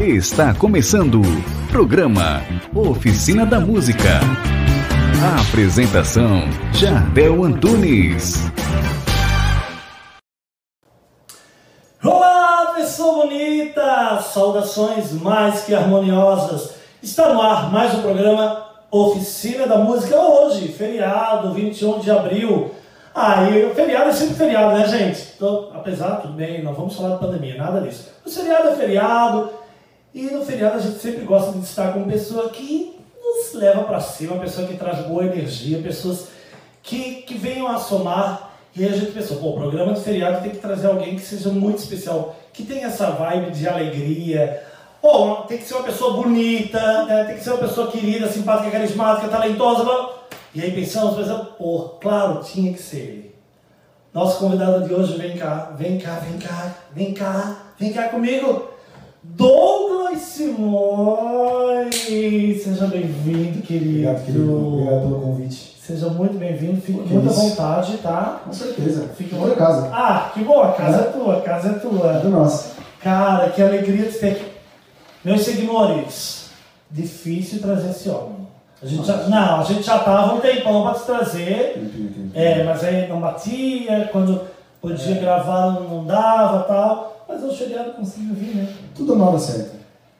Está começando o programa Oficina da Música. A apresentação Jardel Antunes. Olá, pessoa bonita! Saudações mais que harmoniosas. Está no ar mais um programa Oficina da Música hoje, feriado, 21 de abril. Aí, ah, feriado é sempre feriado, né, gente? Então, apesar, tudo bem, não vamos falar de pandemia, nada disso. O feriado é feriado, e no feriado a gente sempre gosta de estar com pessoa que nos leva para cima, pessoa que traz boa energia, pessoas que, que venham a somar. E aí a gente pensou, pô, o programa de feriado tem que trazer alguém que seja muito especial, que tenha essa vibe de alegria. Pô, tem que ser uma pessoa bonita, né? tem que ser uma pessoa querida, simpática, carismática, talentosa. Blá. E aí pensamos, pensamos, pô, claro, tinha que ser ele. Nosso convidado de hoje, vem cá, vem cá, vem cá, vem cá, vem cá comigo. Douglas Simões! Seja bem-vindo, querido. Obrigado, querido. Obrigado pelo convite. Seja muito bem-vindo, fique Que com muita isso. vontade, tá? Com certeza. Fique Fique bom. boa casa. Né? Ah, que boa, a casa é tua, a casa é É tua. do nosso. Cara, que alegria de ter aqui. Meus seguidores, difícil trazer esse homem. A gente já, não, a gente já tava um tempão pra te trazer. Tempinho, tempinho. É, mas aí não batia, quando podia É. gravar não não dava tal. Mas eu cheguei não consegui vir, né? Tudo na hora certa.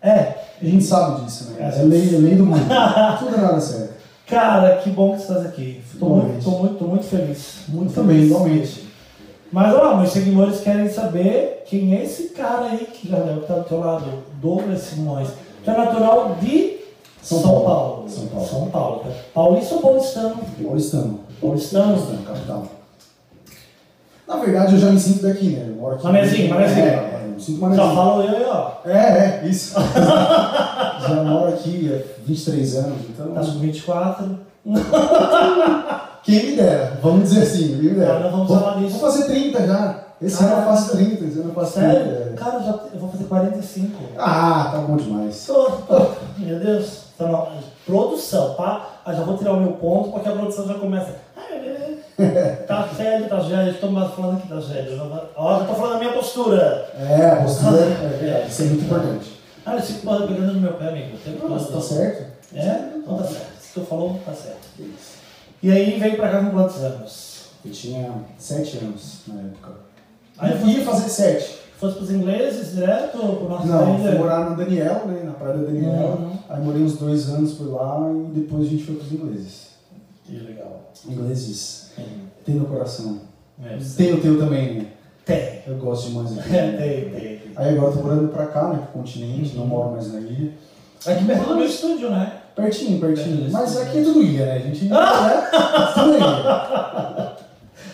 É, A gente sabe disso, né? É. É lei, é lei do mundo. Tudo na hora certa. cara, que bom que você estás aqui. Tô muito, Igualmente. tô muito, tô muito feliz. Muito Também, feliz. igualmente. Mas ó, meus seguidores querem saber quem é esse cara aí que já deve estar do teu lado, Douglas Simões, que é natural de São Paulo. São Paulo. São Paulo. São Paulo, tá? Paulista ou paulistano? Paulistano. Paulistano. Paulistano, capital. Na verdade, eu já me sinto daqui, né? Eu moro aqui. Manezinho, manezinho. É, é, eu me sinto Já manezinho. falo eu e ó. tá É, é, isso. já moro aqui há 23 anos, então... Tá com 24. Quem me dera, vamos dizer assim, quem me dera. Não, não vamos Vou- falar disso. Vou fazer 30 já. Esse ano eu faço 30, esse ano eu faço 30. Sério? é. Cara, eu já, eu vou fazer 45. Ah, tá bom demais. Tô, tô. Meu Deus. Tá na- Produção, pá. Ah, já vou tirar o meu ponto porque a produção já começa. Tá sério, tá sério. Estou mais falando que tá sério. Ó, já tô falando da minha postura. É, a postura é verdade, isso é muito importante. Ah, eu fico pegando no meu pé, amigo. Não tem problema. Mas tá certo? É? Então tá certo. Se tu falou, tá certo. E aí veio pra cá com quantos anos? Eu tinha 7 anos na época. Aí eu ia fazer 7. Fosse pros ingleses direto ou pro nosso Não, país? fui morar no Daniel, né? Na praia da Daniel. Uhum. Aí morei uns dois anos por lá e depois a gente foi pros ingleses. Que legal. Ingleses, Tem. tem no coração. É, Tem o teu também, né? Tem. Eu gosto demais aqui. É, Tem, tem. Aí agora eu tô morando pra cá, né? Pro continente, Uhum. não moro mais na ilha. Aqui perto do meu estúdio, né? Pertinho, Pertinho. pertinho. Mas aqui é tudo ilha, né? A gente. né? Tudo ilha.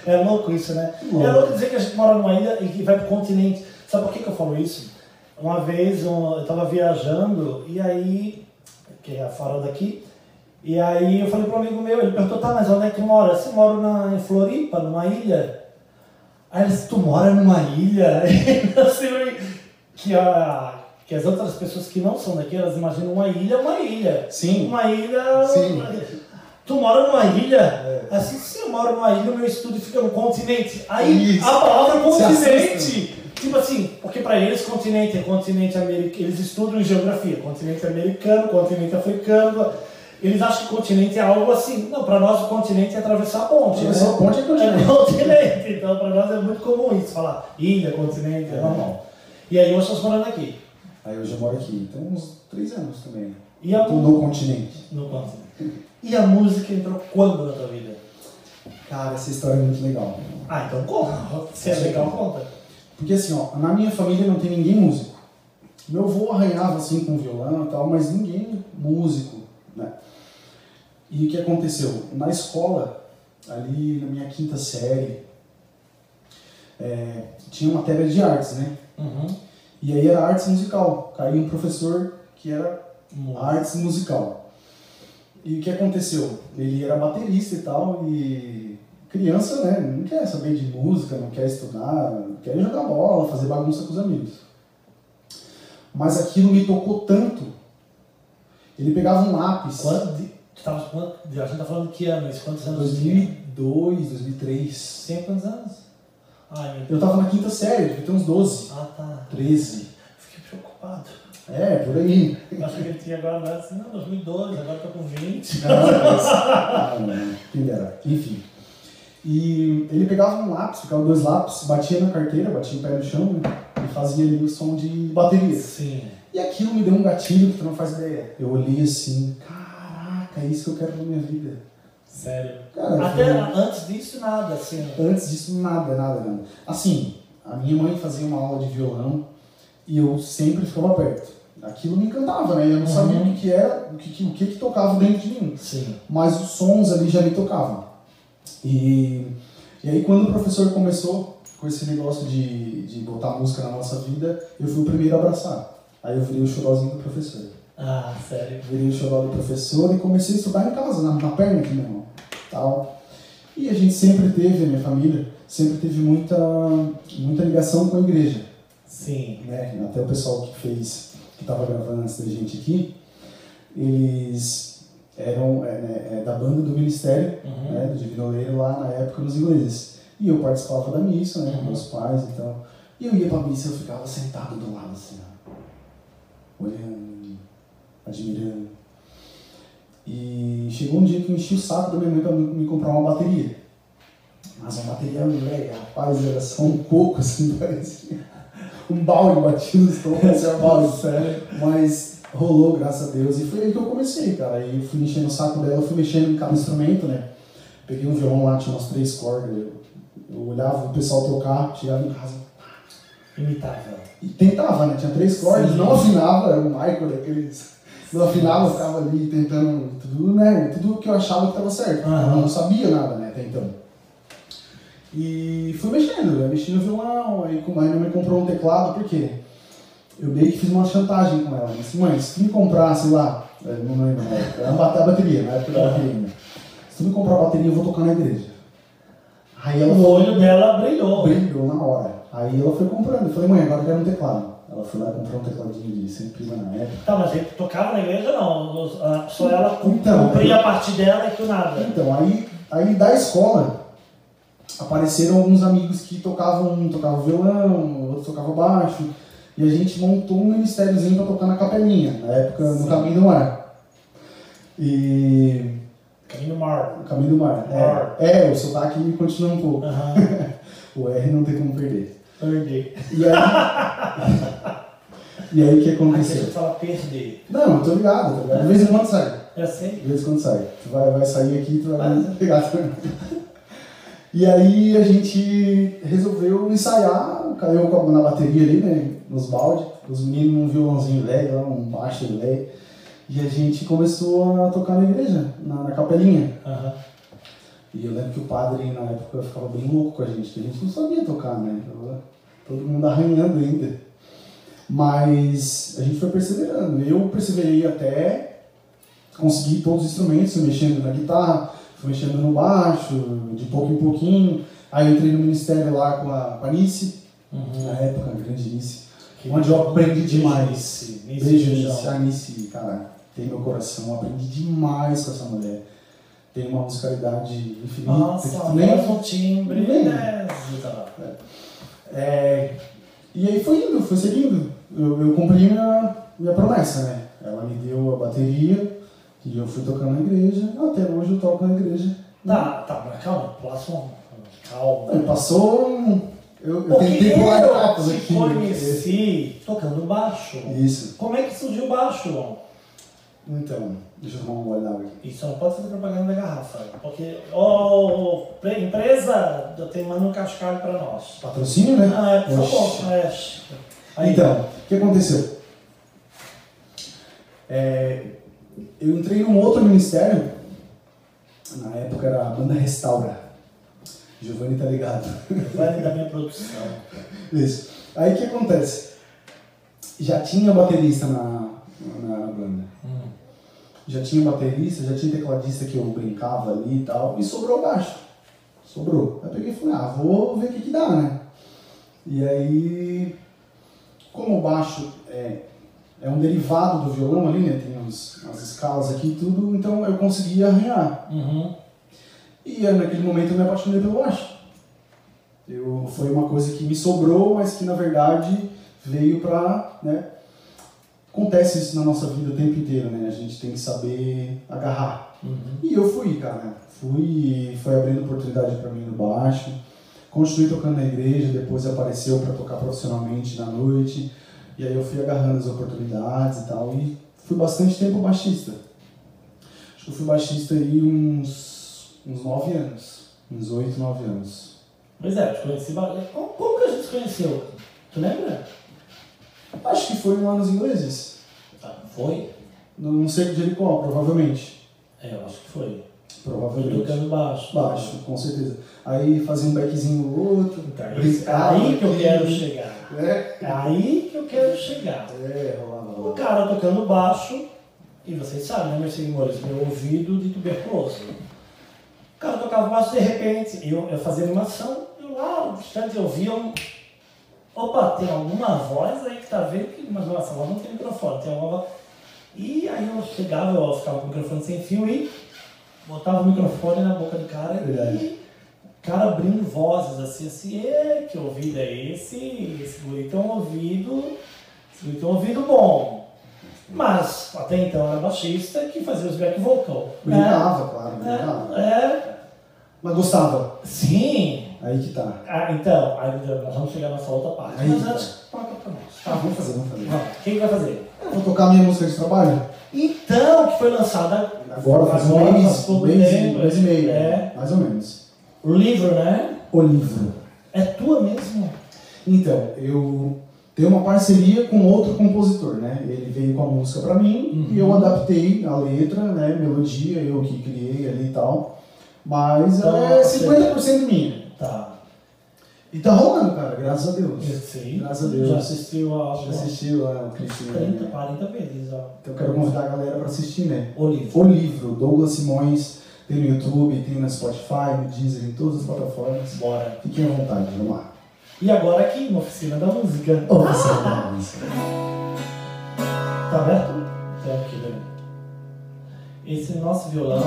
É louco isso, né? Louco. É louco dizer que a gente mora numa ilha e que vai pro continente. Sabe por que, que eu falo isso? Uma vez um- eu tava viajando e aí, que é a farol daqui, e aí eu falei para um amigo meu, ele perguntou, tá, mas onde é que tu mora? Assim, moro na, em Floripa, numa ilha. Aí ele disse, tu mora numa ilha? assim, pra mim, que, a, que as outras pessoas que não são daqui, elas imaginam uma ilha, uma ilha. Sim. Uma ilha... Sim. Tu mora numa ilha? É. Assim, se eu moro numa ilha, o meu estúdio fica no continente. Aí Isso. a palavra Se continente, tipo assim, porque para eles continente é continente americano, eles estudam geografia, continente americano, continente africano, eles acham que continente é algo assim. Não, para nós o continente é atravessar a ponte. né? Atravessar a ponte é continente. É continente, então para nós é muito comum isso, falar ilha, continente, é, É. normal. E aí hoje nós estamos morando aqui, Aí eu já moro aqui, então uns três anos também. E a- Tô no é continente. no continente. E a música entrou quando na tua vida? Cara, essa história é muito legal. Ah, então conta. Se é legal, conta. Porque assim, ó, na minha família não tem ninguém músico. Meu avô arranhava assim com violão e tal, mas ninguém músico, né? E o que aconteceu? Na escola, ali na minha quinta série, é, tinha matéria de artes, né? Uhum. E aí era artes musical. Caiu um professor que era Música. artes musical. E o que aconteceu? Ele era baterista e tal, e criança, né, não quer saber de música, não quer estudar, quer jogar bola, fazer bagunça com os amigos. Mas aquilo me tocou tanto. Ele pegava um lápis. Quando de- tu tava quando, a gente tá falando que ano, isso quantos anos? 2002, 2003. Sempre quantos anos? Ai meu Deus. Eu tava na quinta série, devia ter uns 12, Ah tá. 13. Fiquei preocupado. É, por aí. Eu acho que ele tinha agora, né? assim, não, 2012, agora tá com 20. Não, mas- ah, não, quem dera. Enfim. E ele pegava um lápis, ficava dois lápis, batia na carteira, batia o pé no chão né? e fazia ali o som de bateria. Sim. E aquilo me deu um gatilho que tu não faz ideia. Eu olhei assim, caraca, é isso que eu quero pra minha vida. Sério. Cara, Até foi- antes disso, nada, assim. Antes disso, nada, nada, nada. Assim, a minha mãe fazia uma aula de violão e eu sempre ficava perto. Aquilo me encantava, né? Eu não Uhum. sabia o que, que era, o que, que- o que, que tocava dentro de mim. Sim. Mas os sons ali já me tocavam. E, e aí, quando o professor começou com esse negócio de, de botar música na nossa vida, eu fui o primeiro a abraçar. Aí eu virei o chorozinho do professor. Ah, sério. Virei o xodó do professor e comecei a estudar em casa, na, na perna aqui mesmo. Tal. E a gente sempre teve, a minha família, sempre teve muita, muita ligação com a igreja. Sim. Né? Até o pessoal que fez, que estava gravando antes da gente aqui, eles eram é, né, é, da banda do ministério, Uhum. né, do Divinoleiro, lá na época nos ingleses. E eu participava da missa, né, com Uhum. meus pais e tal. E eu ia pra missa, eu ficava sentado do lado assim, ó, olhando, admirando. E chegou um dia que eu enchi o saco da minha mãe pra me me comprar uma bateria. Mas uma bateria velha, rapaz, era só um coco assim, parecia. Um balde batido nos tons, um balde, sério. Mas rolou, graças a Deus, e foi aí que eu comecei, cara. Aí fui enchendo o saco dela, fui mexendo em cada instrumento, né? Peguei um violão lá, tinha umas três cordas. Eu, eu olhava o pessoal tocar, chegava em casa É. Imitável. e tentava, né? Tinha três cordas, Sim. não afinava, era o Michael daqueles. Não afinava, ficava ali tentando tudo, né? Tudo que eu achava que estava certo. Aham. Eu não sabia nada, né, até então. E fui mexendo, né? mexi no violão, aí com- aí minha mãe comprou um teclado, por quê? Eu meio que fiz uma chantagem com ela. Disse, mãe, se tu me comprar, sei lá, eu não lembro, na época, era uma bate- a bateria, na época da bateria ainda. Se tu me comprar a bateria, eu vou tocar na igreja. Aí ela O olho dela brilhou. brilhou na hora. Aí ela foi comprando. Eu falei, mãe, agora eu quero um teclado. Ela foi lá comprar um tecladinho de 100 pila na época. Tá, mas ele tocava na igreja, não. Ah, Só ela Então, cumpria a parte dela e tu nada. Então, aí, aí da escola apareceram alguns amigos que tocavam, um tocava violão, outro tocava baixo. E a gente montou um ministériozinho pra tocar na capelinha, na época no Sim. Caminho do Mar. E. Caminho Mar. O Caminho do Mar. Mar. É, é, o sotaque continua um pouco. Aham. O R não tem como perder. Perder. E aí. e aí o que Aí aconteceu? você fala perder. Não, eu tô ligado, tá ligado? De vez em quando sai. Eu sei. De vez em quando sai. Tu vai, vai sair aqui e tu vai pegar também. E aí a gente resolveu ensaiar, caiu com a- na bateria ali, né? Nos balde, os meninos num violãozinho velho, lá, um baixo velho. E a gente começou a tocar na igreja, na, na capelinha. Aham. E eu lembro que o padre na época ficava bem louco com a gente, que a gente não sabia tocar, né? Tava Todo mundo arranhando ainda. Mas a gente foi perseverando. Eu perseverei até conseguir todos os instrumentos, fui mexendo na guitarra, fui mexendo no baixo, de pouco em pouquinho. Aí eu entrei no ministério lá com a, com a Nice, Uhum. na época, a grande Nice, onde eu aprendi demais. Nice, Nice, Beijo, beijão. Nice. A Nice, ah, cara, tem meu coração. Aprendi demais com essa mulher. Tem uma musicalidade infinita. que Nossa, tu nem nem um timbre. Nem. né? Tá lá. É, e aí foi indo, foi seguindo. Eu, eu cumpri minha, minha promessa, né? Ela me deu a bateria e eu fui tocando na igreja. Até hoje eu toco na igreja. Tá, tá, mas calma, próximo. Calma. Aí passou um. Eu, eu Porque tentei pular etapas eu aqui. né? te conheci tocando baixo. Isso. Como é que surgiu o baixo, João? Então, deixa eu tomar um gole d'água aqui. Isso não pode fazer propaganda da garrafa. Porque, ô, pre- empresa, eu tenho manda um cascalho pra nós. Patrocínio, né? Ah, é, por Oxi. favor. É. Aí, Então, o que aconteceu? É, eu entrei num outro ministério, na época era a banda Restaura. Giovanni tá ligado. Vale da minha produção. Isso. Aí o que acontece? Já tinha baterista na, na banda. Hum. Já tinha baterista, já tinha tecladista que eu brincava ali e tal. E sobrou baixo. Sobrou. Aí eu peguei e falei, ah, vou ver o que, que dá, né? E aí, como o baixo é, é um derivado do violão ali, né? Tem uns, umas escalas aqui e tudo, então eu consegui arranhar. Uhum. E eu, naquele momento eu me apaixonei pelo baixo. Eu, foi uma coisa que me sobrou, mas que na verdade veio pra, né, Acontece isso na nossa vida o tempo inteiro, né? A gente tem que saber agarrar. uhum. E eu fui, cara. Fui, foi abrindo oportunidade para mim no baixo. Continuei tocando na igreja, depois apareceu para tocar profissionalmente na noite. E aí eu fui agarrando as oportunidades e tal. E fui bastante tempo baixista. Acho que eu fui baixista aí uns, uns 9 anos. Uns 8, 9 anos. Pois é, te conheci. ba- Como, como que a gente se conheceu? Tu lembra? Acho que foi no Anos Ingleses. Ah, foi? Não não sei de qual, provavelmente. É, eu acho que foi. Foi Provavelmente. tocando baixo. Baixo, com certeza. Aí fazia um backzinho ou outro, Então, é isso. brincava. aí que eu aqui. quero chegar. É, É aí que eu quero chegar. é, rolava, O rolava. cara tocando baixo, e vocês sabem, né, meus senhores, meu ouvido de tuberculose. O cara tocava baixo de repente, eu, eu fazia animação, eu lá distante eu ouvia um. Opa, tem alguma voz aí que tá vendo que. Mas nossa, lá não tem microfone, tem alguma voz. E aí eu chegava, eu ficava com o microfone sem fio e botava o microfone na boca do cara Verdade. e o cara abrindo vozes assim, assim, "Ê, que ouvido é esse? Esse guri tem um ouvido. Esse guri tem um ouvido bom. Mas até então era baixista que fazia os back vocal. né? Brincava, claro, brincava. É, Mas gostava. é, sim. Aí que tá. Ah, então, aí nós vamos chegar nessa outra parte. Aí, Mas tá. antes, toca pra nós. Tá, Ah, vamos fazer, vamos fazer. Vamos, Quem vai fazer? Eu vou tocar minha música de trabalho. Então, que foi lançada Agora faz um agora, mês, faz pouco mês, tempo, e- mês e meio. né? É. Mais ou menos. O livro, né? O livro. É tua mesmo? Então, eu tenho uma parceria com outro compositor, né? Ele veio com a música pra mim e Uhum. eu adaptei a letra, né? Melodia, eu que criei ali e tal. Mas Então, ela é você- 50% minha. Tá. E tá rolando, cara, graças a Deus. Eu sei. Graças a Deus. Já assistiu a Já assistiu a Cristina, 30, né? 40 vezes, ó. Então eu quero convidar a galera pra assistir, né? O livro. O livro, Douglas Simões, tem no YouTube, tem no Spotify, no Deezer, em todas as plataformas. Bora. Fiquem à vontade, vamos lá. E agora aqui, na oficina da música. Oficial da música. Tá aberto? Tá aqui, né? Esse nosso violão.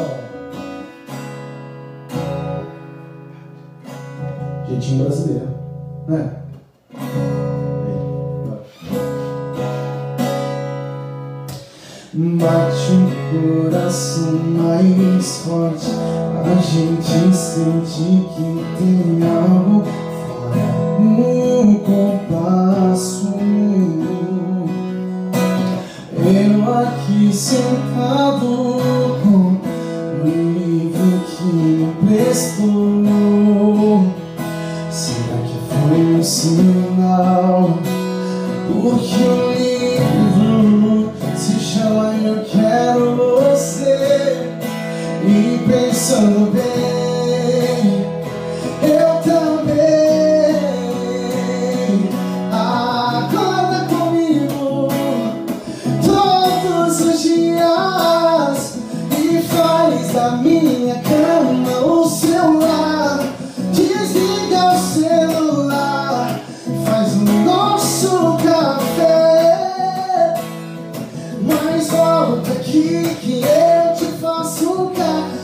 Jeitinho brasileiro, né? Aí, bora. Bate o coração mais forte, a gente sente que tem algo fora no compasso. Eu aqui sentado com o livro que me emprestou. Será que foi um sinal? Porque o livro se chama Eu Quero Você. E pensando bem, eu também. Acorda comigo todos os dias e faz da minha cama o seu lar. Desliga o celular, faz o nosso café. Mas volta aqui que eu te faço um cafuné.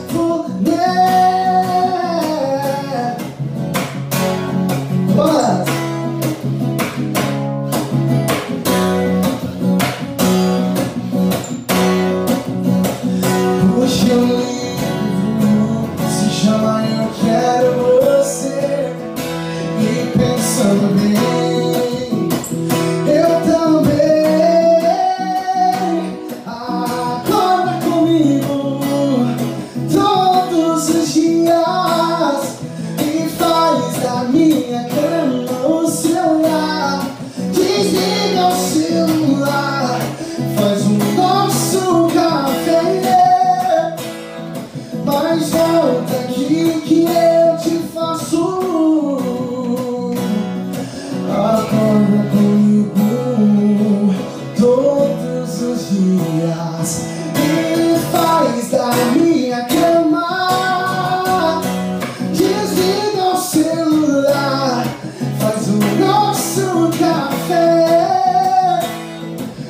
Bora! Hoje eu livro se chama Eu Quero Você E pensando bem, eu também Acorda comigo todos os dias E faz da minha cama o seu lar Desliga o celular, faz o nosso café mas volta aqui que eu te faço Acorda comigo todos os dias E faz da minha cama Desliga o celular Faz o nosso café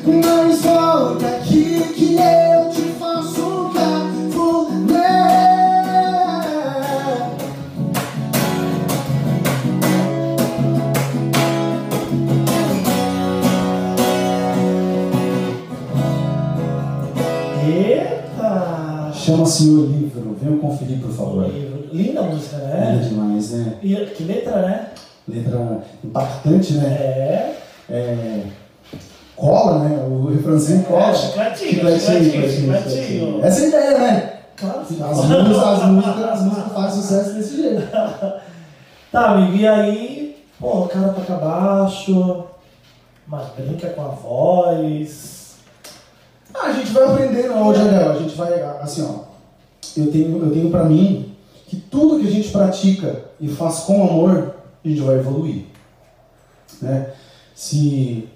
um Chama-se O Livro. Venham conferir, por favor. Linda a música, É né? demais, né? E que letra, né? Letra impactante, né? É. É, cola, né? O refrãozinho cola. É, chicletinho, chicletinho, chicletinho. Essa é a ideia, né? Claro. que As músicas, as músicas, as músicas fazem sucesso desse jeito. Tá, amigo, e aí? Pô, o cara toca baixo, mas brinca com a voz. Ah, a gente vai aprendendo hoje, Adel. A gente vai, assim, ó. Eu tenho, eu tenho pra mim que tudo que a gente pratica e faz com amor, a gente vai evoluir. Né? Se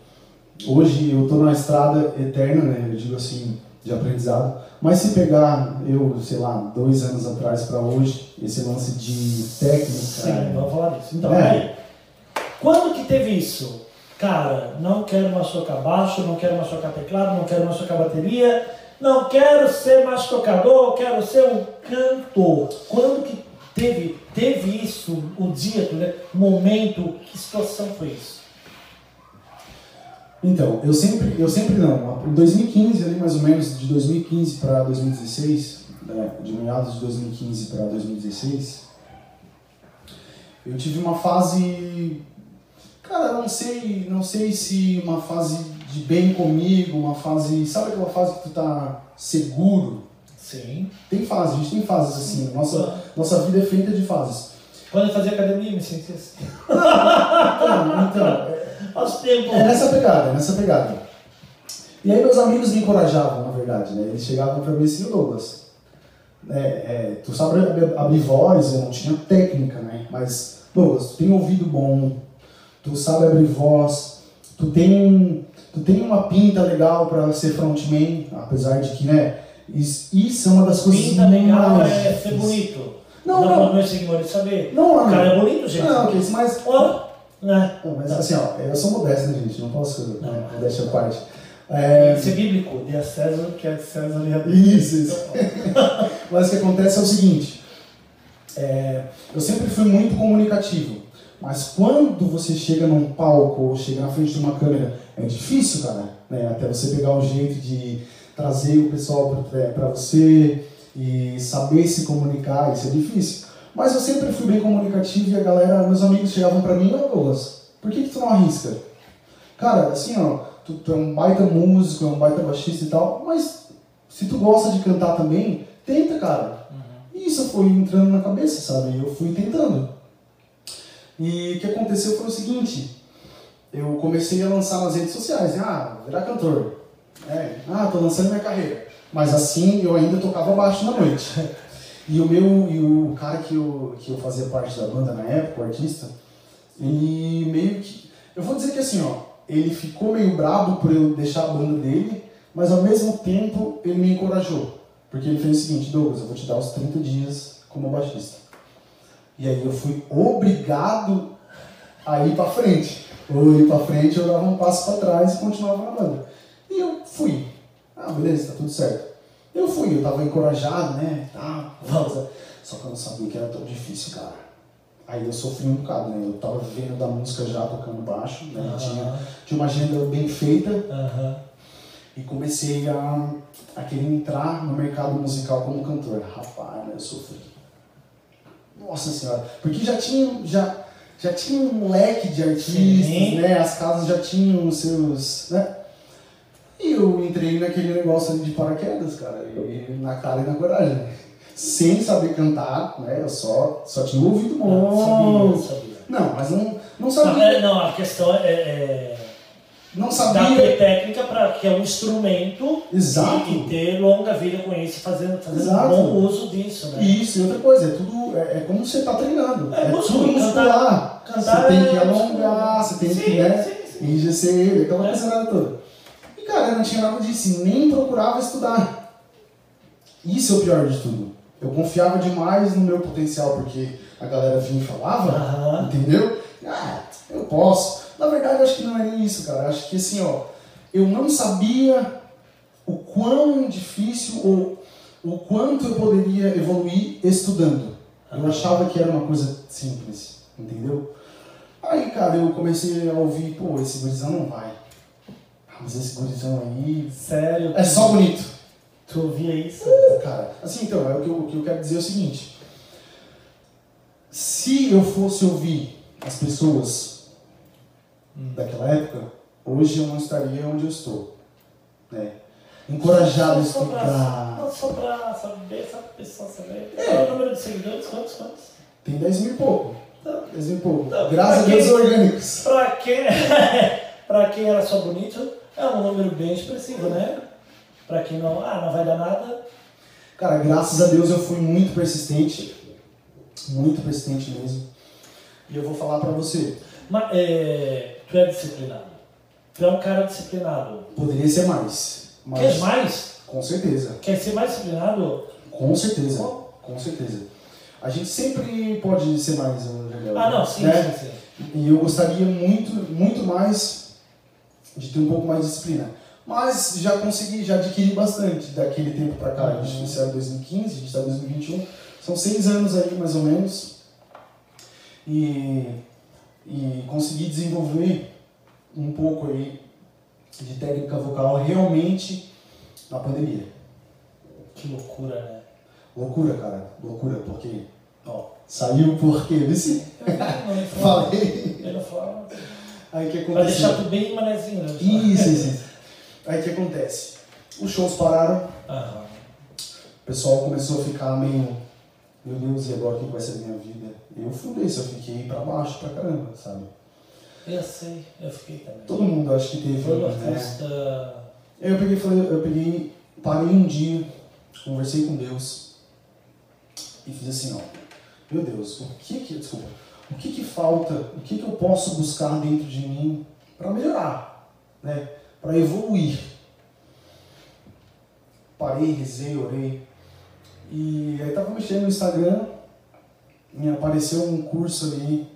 hoje eu tô numa estrada eterna, né? Eu digo assim, de aprendizado. Mas se pegar, eu, sei lá, dois anos atrás pra hoje, esse lance de técnica. Sim, vamos falar disso. Então, É. peraí. Quando que teve isso? Cara, não quero machucar baixo, não quero machucar teclado, não quero machucar bateria, não quero ser mais tocador, quero ser um cantor. Quando que teve, teve isso, o dia, né? momento, que situação foi isso? Então, eu sempre, eu sempre não. Em 2015, ali mais ou menos, de 2015 para 2016, né, de meados de 2015 para 2016, eu tive uma fase. Cara, eu não sei, não sei se uma fase de bem comigo, uma fase. Sabe aquela fase que tu tá seguro? Sim. Tem fases, a gente tem fases assim. Nossa, nossa vida é feita de fases. Quando eu fazia academia, me sentia assim. Então, então Faz tempo. É nessa pegada, é nessa pegada. E aí meus amigos me encorajavam, na verdade, né? Eles chegavam pra mim assim, "Ô, Douglas, né, é, tu sabe ab- abrir voz, eu não tinha técnica, né? Mas, Douglas, tu tem ouvido bom, tu sabe abrir voz, tu tem, um, tu tem uma pinta legal pra ser frontman, apesar de que, né, is- isso é uma das coisas Pinta legal mais é ser difíceis. bonito. Não, não. não. Não, meus seguidores saber. Não, O não. cara é bonito, gente. Não, ok, mas Ora, né? Não, mas assim, ó, eu sou modesto, né, gente? Não posso, né? Modéstia à parte. É, Isso é bíblico. Dê a César o que é de César né? e a Deus. isso, isso. Mas o que acontece é o seguinte: é, eu sempre fui muito comunicativo, mas quando você chega num palco ou chega na frente de uma câmera, é difícil, cara. né? Até você pegar o jeito de trazer o pessoal pra- é, pra pra você e saber se comunicar, isso é difícil. Mas eu sempre fui bem comunicativo e a galera, meus amigos chegavam pra mim, ô Douglas, por que, que tu não arrisca? Cara, assim, ó, tu, tu é um baita músico, é um baita baixista e tal, mas se tu gosta de cantar também, tenta, cara. E isso foi entrando na cabeça, sabe? Eu fui tentando. E o que aconteceu foi o seguinte, eu comecei a lançar nas redes sociais, né? ah, vou virar cantor. É, ah, tô lançando minha carreira. Mas assim, eu ainda tocava baixo na noite. E o meu, e o cara que eu, que eu fazia parte da banda na época, o artista, ele meio que. Eu vou dizer que assim, ó, ele ficou meio brabo por eu deixar a banda dele, mas ao mesmo tempo ele me encorajou. Porque ele fez o seguinte, Douglas, eu vou te dar os 30 dias como baixista. E aí eu fui obrigado a ir pra frente. Ou eu ir pra frente, eu dava um passo pra trás e continuava na banda. E eu fui. Ah, beleza, tá tudo certo. Eu fui, eu tava encorajado, né? Tá, vamos. Só que eu não sabia que era tão difícil, cara. Aí eu sofri um bocado, né? Eu tava vivendo da música já tocando baixo, né? Tinha, tinha uma agenda bem feita Aham. e comecei a, a querer entrar no mercado musical como cantor. Rapaz, eu sofri. Nossa senhora, porque já tinha, já, já tinha um leque de artistas, Sim. né? As casas já tinham os seus, né? E eu entrei naquele negócio ali de paraquedas, cara, e na cara e na coragem. Sem saber cantar, né? Eu só, só tinha um ouvido Não, Ah, bom. sabia, sabia. Não, mas não, não Não, sabia. é, não, a questão é, é Não dar sabia. técnica para que é um instrumento Exato. e, e ter longa vida com isso, fazendo, fazendo Exato. bom uso disso, né? Isso, e outra coisa, é tudo. É, é como você tá treinando. É É, músculo, tudo muscular. cantar você tem que é alongar, você tem que, Sim, né? sim, sim. Engesser ele, aquela É. coisa nada toda. E cara, eu não tinha nada disso, nem procurava estudar. Isso é o pior de tudo. Eu confiava demais no meu potencial, porque a galera vinha e falava, Aham. entendeu? Ah, eu posso. Na verdade, eu acho que não é nem isso, cara. Eu Acho que assim, ó, eu não sabia o quão difícil ou o quanto eu poderia evoluir estudando. Eu achava que era uma coisa simples, entendeu? Aí, cara, eu comecei a ouvir, pô, esse gurizão não vai. Ah, Mas esse gurizão aí Sério. é só bonito. Tu ouvia isso? Cara, assim, então, é o que, eu, o que eu quero dizer é o seguinte. Se eu fosse ouvir as pessoas daquela época, hoje eu não estaria onde eu estou. Né? Encorajado a Só pra- explicar. não, Só pra saber, só pra pessoa saber. Qual é o número de seguidores? Quantos, quantos? Tem 10 mil e pouco. Tá. 10 mil e pouco. Tá. Graças a Pra Deus quem- orgânicos. Pra quem, pra quem era só bonito, é um número bem expressivo, né? Pra quem não, ah, não vai dar nada, Cara, graças a Deus eu fui muito persistente. Muito persistente mesmo. E eu vou falar pra você. mas é, tu é disciplinado. Tu é um cara disciplinado. Poderia ser mais. Quer Mas, mais? com certeza. Quer ser mais disciplinado? Com certeza, com certeza. A gente sempre pode ser mais um rebelde. Ah, não, sim, né? sim, sim. E eu gostaria muito, muito mais de ter um pouco mais de disciplina. Mas já consegui, já adquiri bastante daquele tempo pra cá. A Uhum. gente iniciou em 2015, a gente está em 2021. São seis anos aí, mais ou menos. E, e consegui desenvolver um pouco aí de técnica vocal realmente na pandemia. Que loucura, né? Loucura, cara. Loucura, porque. Ó, saiu porque. Vê se Eu não falo. falei. Eu não falo. Aí o que Pra deixar aconteceu? tu bem manezinho. né? Isso, isso, isso. Aí o que acontece? Os shows pararam, Aham. o pessoal começou a ficar meio. Meu Deus, e agora o que vai ser da minha vida? Eu fudei, eu fiquei pra baixo pra caramba, sabe? Eu sei, eu fiquei também. Todo mundo acho que teve, Foi uma né? festa. Aí eu peguei, e falei, eu peguei, parei um dia, conversei com Deus e fiz assim, ó. Meu Deus, o que que, desculpa, o que que falta, o que que eu posso buscar dentro de mim para melhorar, né? Para evoluir. Parei, rezei, orei. E aí tava mexendo no Instagram e apareceu um curso ali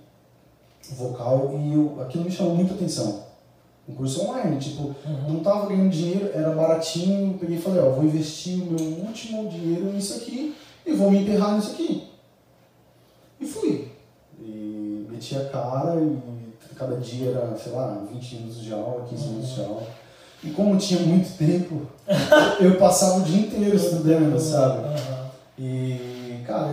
vocal e eu, aquilo me chamou muita atenção. Um curso online, tipo, Uhum. não tava ganhando dinheiro, era baratinho, eu peguei e falei, ó, vou investir o meu último dinheiro nisso aqui e vou me enterrar nisso aqui. E fui. E meti a cara e cada dia era, sei lá, 20 minutos de aula, 15 minutos de aula. E como tinha muito tempo, eu passava o dia inteiro estudando, sabe? Aham. E, cara,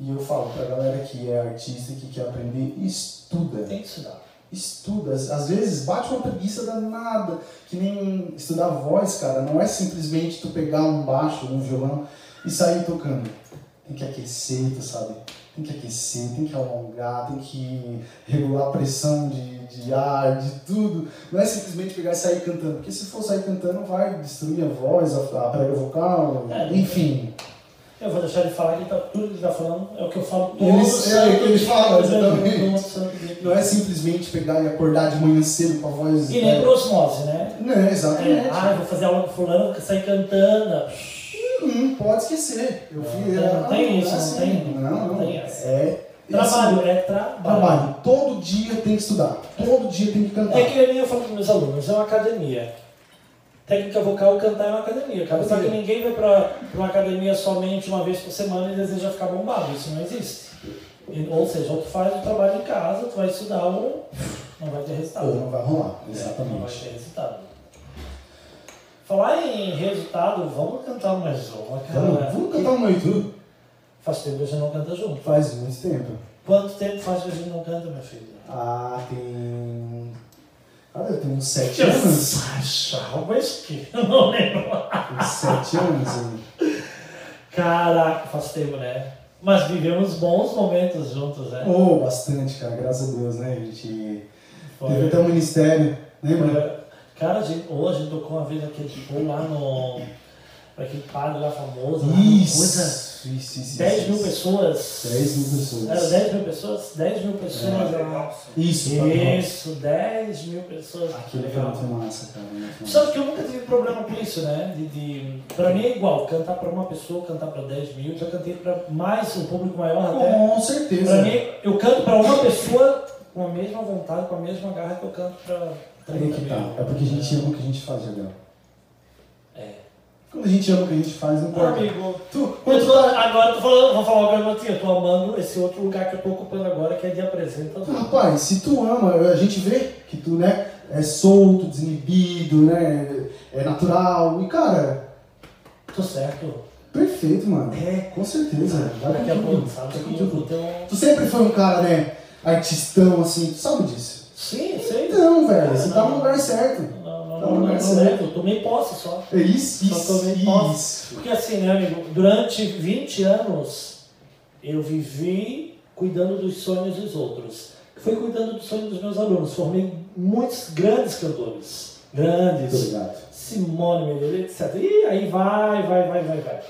e eu falo pra galera que é artista, que quer aprender, estuda Tem que estudar. estuda. Às às vezes bate uma preguiça danada, que nem estudar voz, cara. Não é simplesmente tu pegar um baixo, um violão e sair tocando. Tem que aquecer, tu sabe? Tem que aquecer, tem que alongar, tem que regular a pressão de, de ar, de tudo. Não é simplesmente pegar e sair cantando, porque se for sair cantando vai destruir a voz, a, a prega vocal, É. enfim. Eu vou deixar ele falar, ele tá, tudo que ele tá falando é o que eu falo todo Ele- santo é, ele dia, fala, todo exatamente. santo dia. Não é simplesmente pegar e acordar de manhã cedo com a voz. é, E nem por osmose, né? Não, exatamente. É, ah, eu vou fazer aula com fulano, vou sair cantando. Não pode esquecer. Eu fui. Não, não tem ah, isso, não assim, tem, Não, não não. tem essa. É. Trabalho, esse é trabalho. Trabalho. Todo dia tem que estudar. Todo dia tem que cantar. É que nem eu falo para meus alunos, é uma academia. Técnica vocal, cantar é uma academia. Cara. Só que Academia. ninguém vai para uma academia somente uma vez por semana e deseja ficar bombado. Isso não existe. E- Ou seja, ou tu faz o trabalho em casa, tu vai estudar ou não vai ter resultado. Ou não Tá vai rolar. Não vai Exatamente. ter é resultado. Falar em resultado, vamos cantar mais uma, cara. Vamos, vamos cantar uma YouTube? Faz tempo que a gente não canta junto. Faz muito tempo. Quanto tempo faz que a gente não canta, meu filho? Ah, tem. Cara, eu tenho uns sete anos. achava isso que eu não lembro. Uns sete anos hein? Caraca, faz tempo, né? Mas vivemos bons momentos juntos, né? Oh, bastante, cara. Graças a Deus, né? A gente. Foi- Teve até um ministério. Lembra? foi- Cara, a gente, hoje a gente tocou uma vez aquele show lá no. pra aquele padre lá famoso. lá, Coisa, Isso. Isso, isso, isso. 10 mil pessoas. 10 mil pessoas. Era 10 mil pessoas? 10 mil pessoas. lá. Isso, Isso, 10 mil pessoas. Aquilo foi muito massa, cara. Muito massa. Só que eu nunca tive problema com isso, né? De, de... Pra mim é igual, cantar pra uma pessoa, cantar pra 10 mil, já cantei pra mais, um público maior até. Com Pra certeza. mim, eu canto pra uma pessoa com a mesma vontade, com a mesma garra que eu canto pra Aí que tá. É porque a gente ama o que a gente faz, Gabriel. É. Quando a gente ama o que a gente faz, não importa. Amigo, Tu, eu quando tu tô, tá... agora eu tô falando, vou falar agora, mas assim, eu tô amando esse outro lugar que eu tô ocupando agora, que é de apresentador. Rapaz, se tu ama, a gente vê que tu, né, é solto, desinibido, né, é natural. E, cara, Tô certo. Perfeito, mano. É. Com certeza. Vai Daqui com a tudo. pouco, sabe? Vai com Que eu tudo. vou ter um. Tu sempre foi um cara, né, artistão, assim, tu sabe disso. Sim, sei. Então, velho, você tá no lugar certo. Não, Tá não, no É. não, não, lugar não é, certo. eu tomei posse só. É isso, Só isso, tomei posse. isso. Porque assim, né, amigo, durante 20 anos eu vivi cuidando dos sonhos dos outros. Fui cuidando dos sonhos dos meus alunos. Formei muitos grandes cantores. Grandes. Obrigado. Simone Meirelles, etc. E aí vai, vai, vai, vai, vai.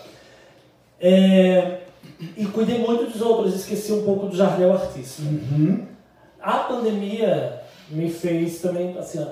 É, e cuidei muito dos outros, esqueci um pouco do Jardel Artista. Uhum. A pandemia me fez também, assim, ó,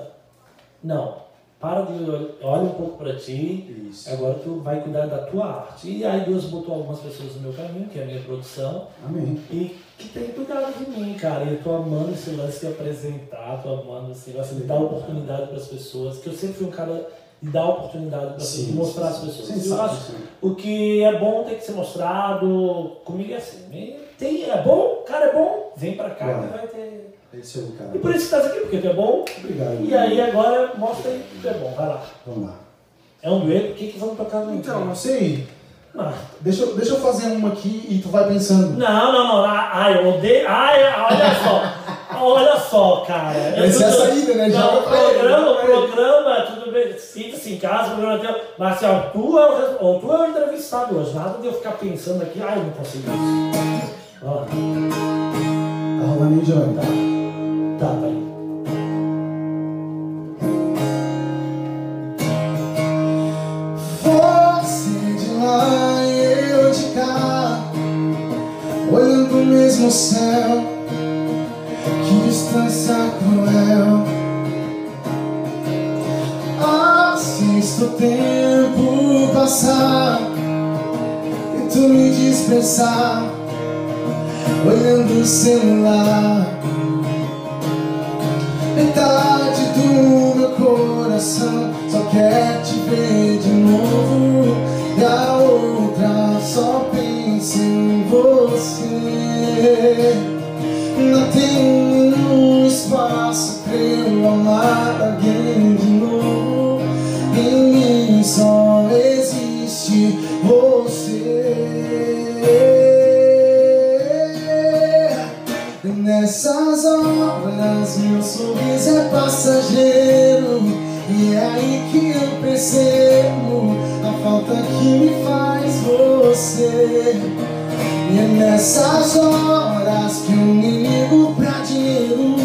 não, para de olhar olha um pouco para ti, Isso. agora tu vai cuidar da tua arte. E aí Deus botou algumas pessoas no meu caminho, que é a minha produção, Amém. e que tem cuidado de mim, cara. E eu tô amando esse lance de apresentar, tô amando assim, esse lance de dar oportunidade para as pessoas, que eu sempre fui um cara de dar oportunidade para mostrar as pessoas. Sim, eu acho o que é bom tem que ser mostrado. Comigo é assim. me- Tem, é bom, cara é bom, vem pra cá Vai. que vai ter. Esse é o cara. E por isso que estás aqui, porque tu é bom. Obrigado. E aí agora mostra aí que tu é bom, vai lá. Vamos lá. É um dueto, o que, que vamos tocar no Então, dueto? não sei. Ah, Deixa, eu- deixa eu fazer uma aqui e tu vai pensando. Não, não, não. Ah, ah, eu odeio. Ai, olha só. Olha só, cara. Eu Essa é a tô- saída, né? Não, Joga o pra ele, programa, joga pra ele. o programa, tudo bem, sinta-se em casa, o programa teu. Marcel, tu é o, res- ou tu é o entrevistado hoje, nada de eu ficar pensando aqui, ai, eu não consigo isso. Ó, Tá rolando aí, Giovanni? Tá. tá, tá aí. Você é de lá e eu de cá Olhando o mesmo céu Que distância cruel Assisto Assim o tempo passar Tento me dispersar Olhando o celular Metade do meu coração só quer te ver de novo E a outra só pensa em você Não tem um espaço pra eu amar alguém de novo Em mim só existe você Nessas horas meu sorriso é passageiro E é aí que eu percebo a falta que me faz você E é nessas horas que eu me ligo pra dinheiro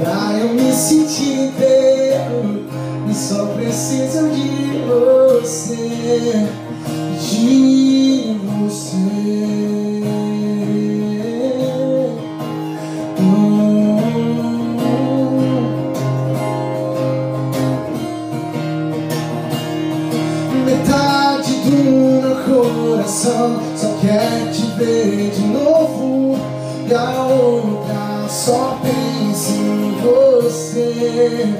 Pra eu me sentir inteiro E só preciso de você De você Hum. Metade do meu coração só quer te ver de novo E a outra só pensa em você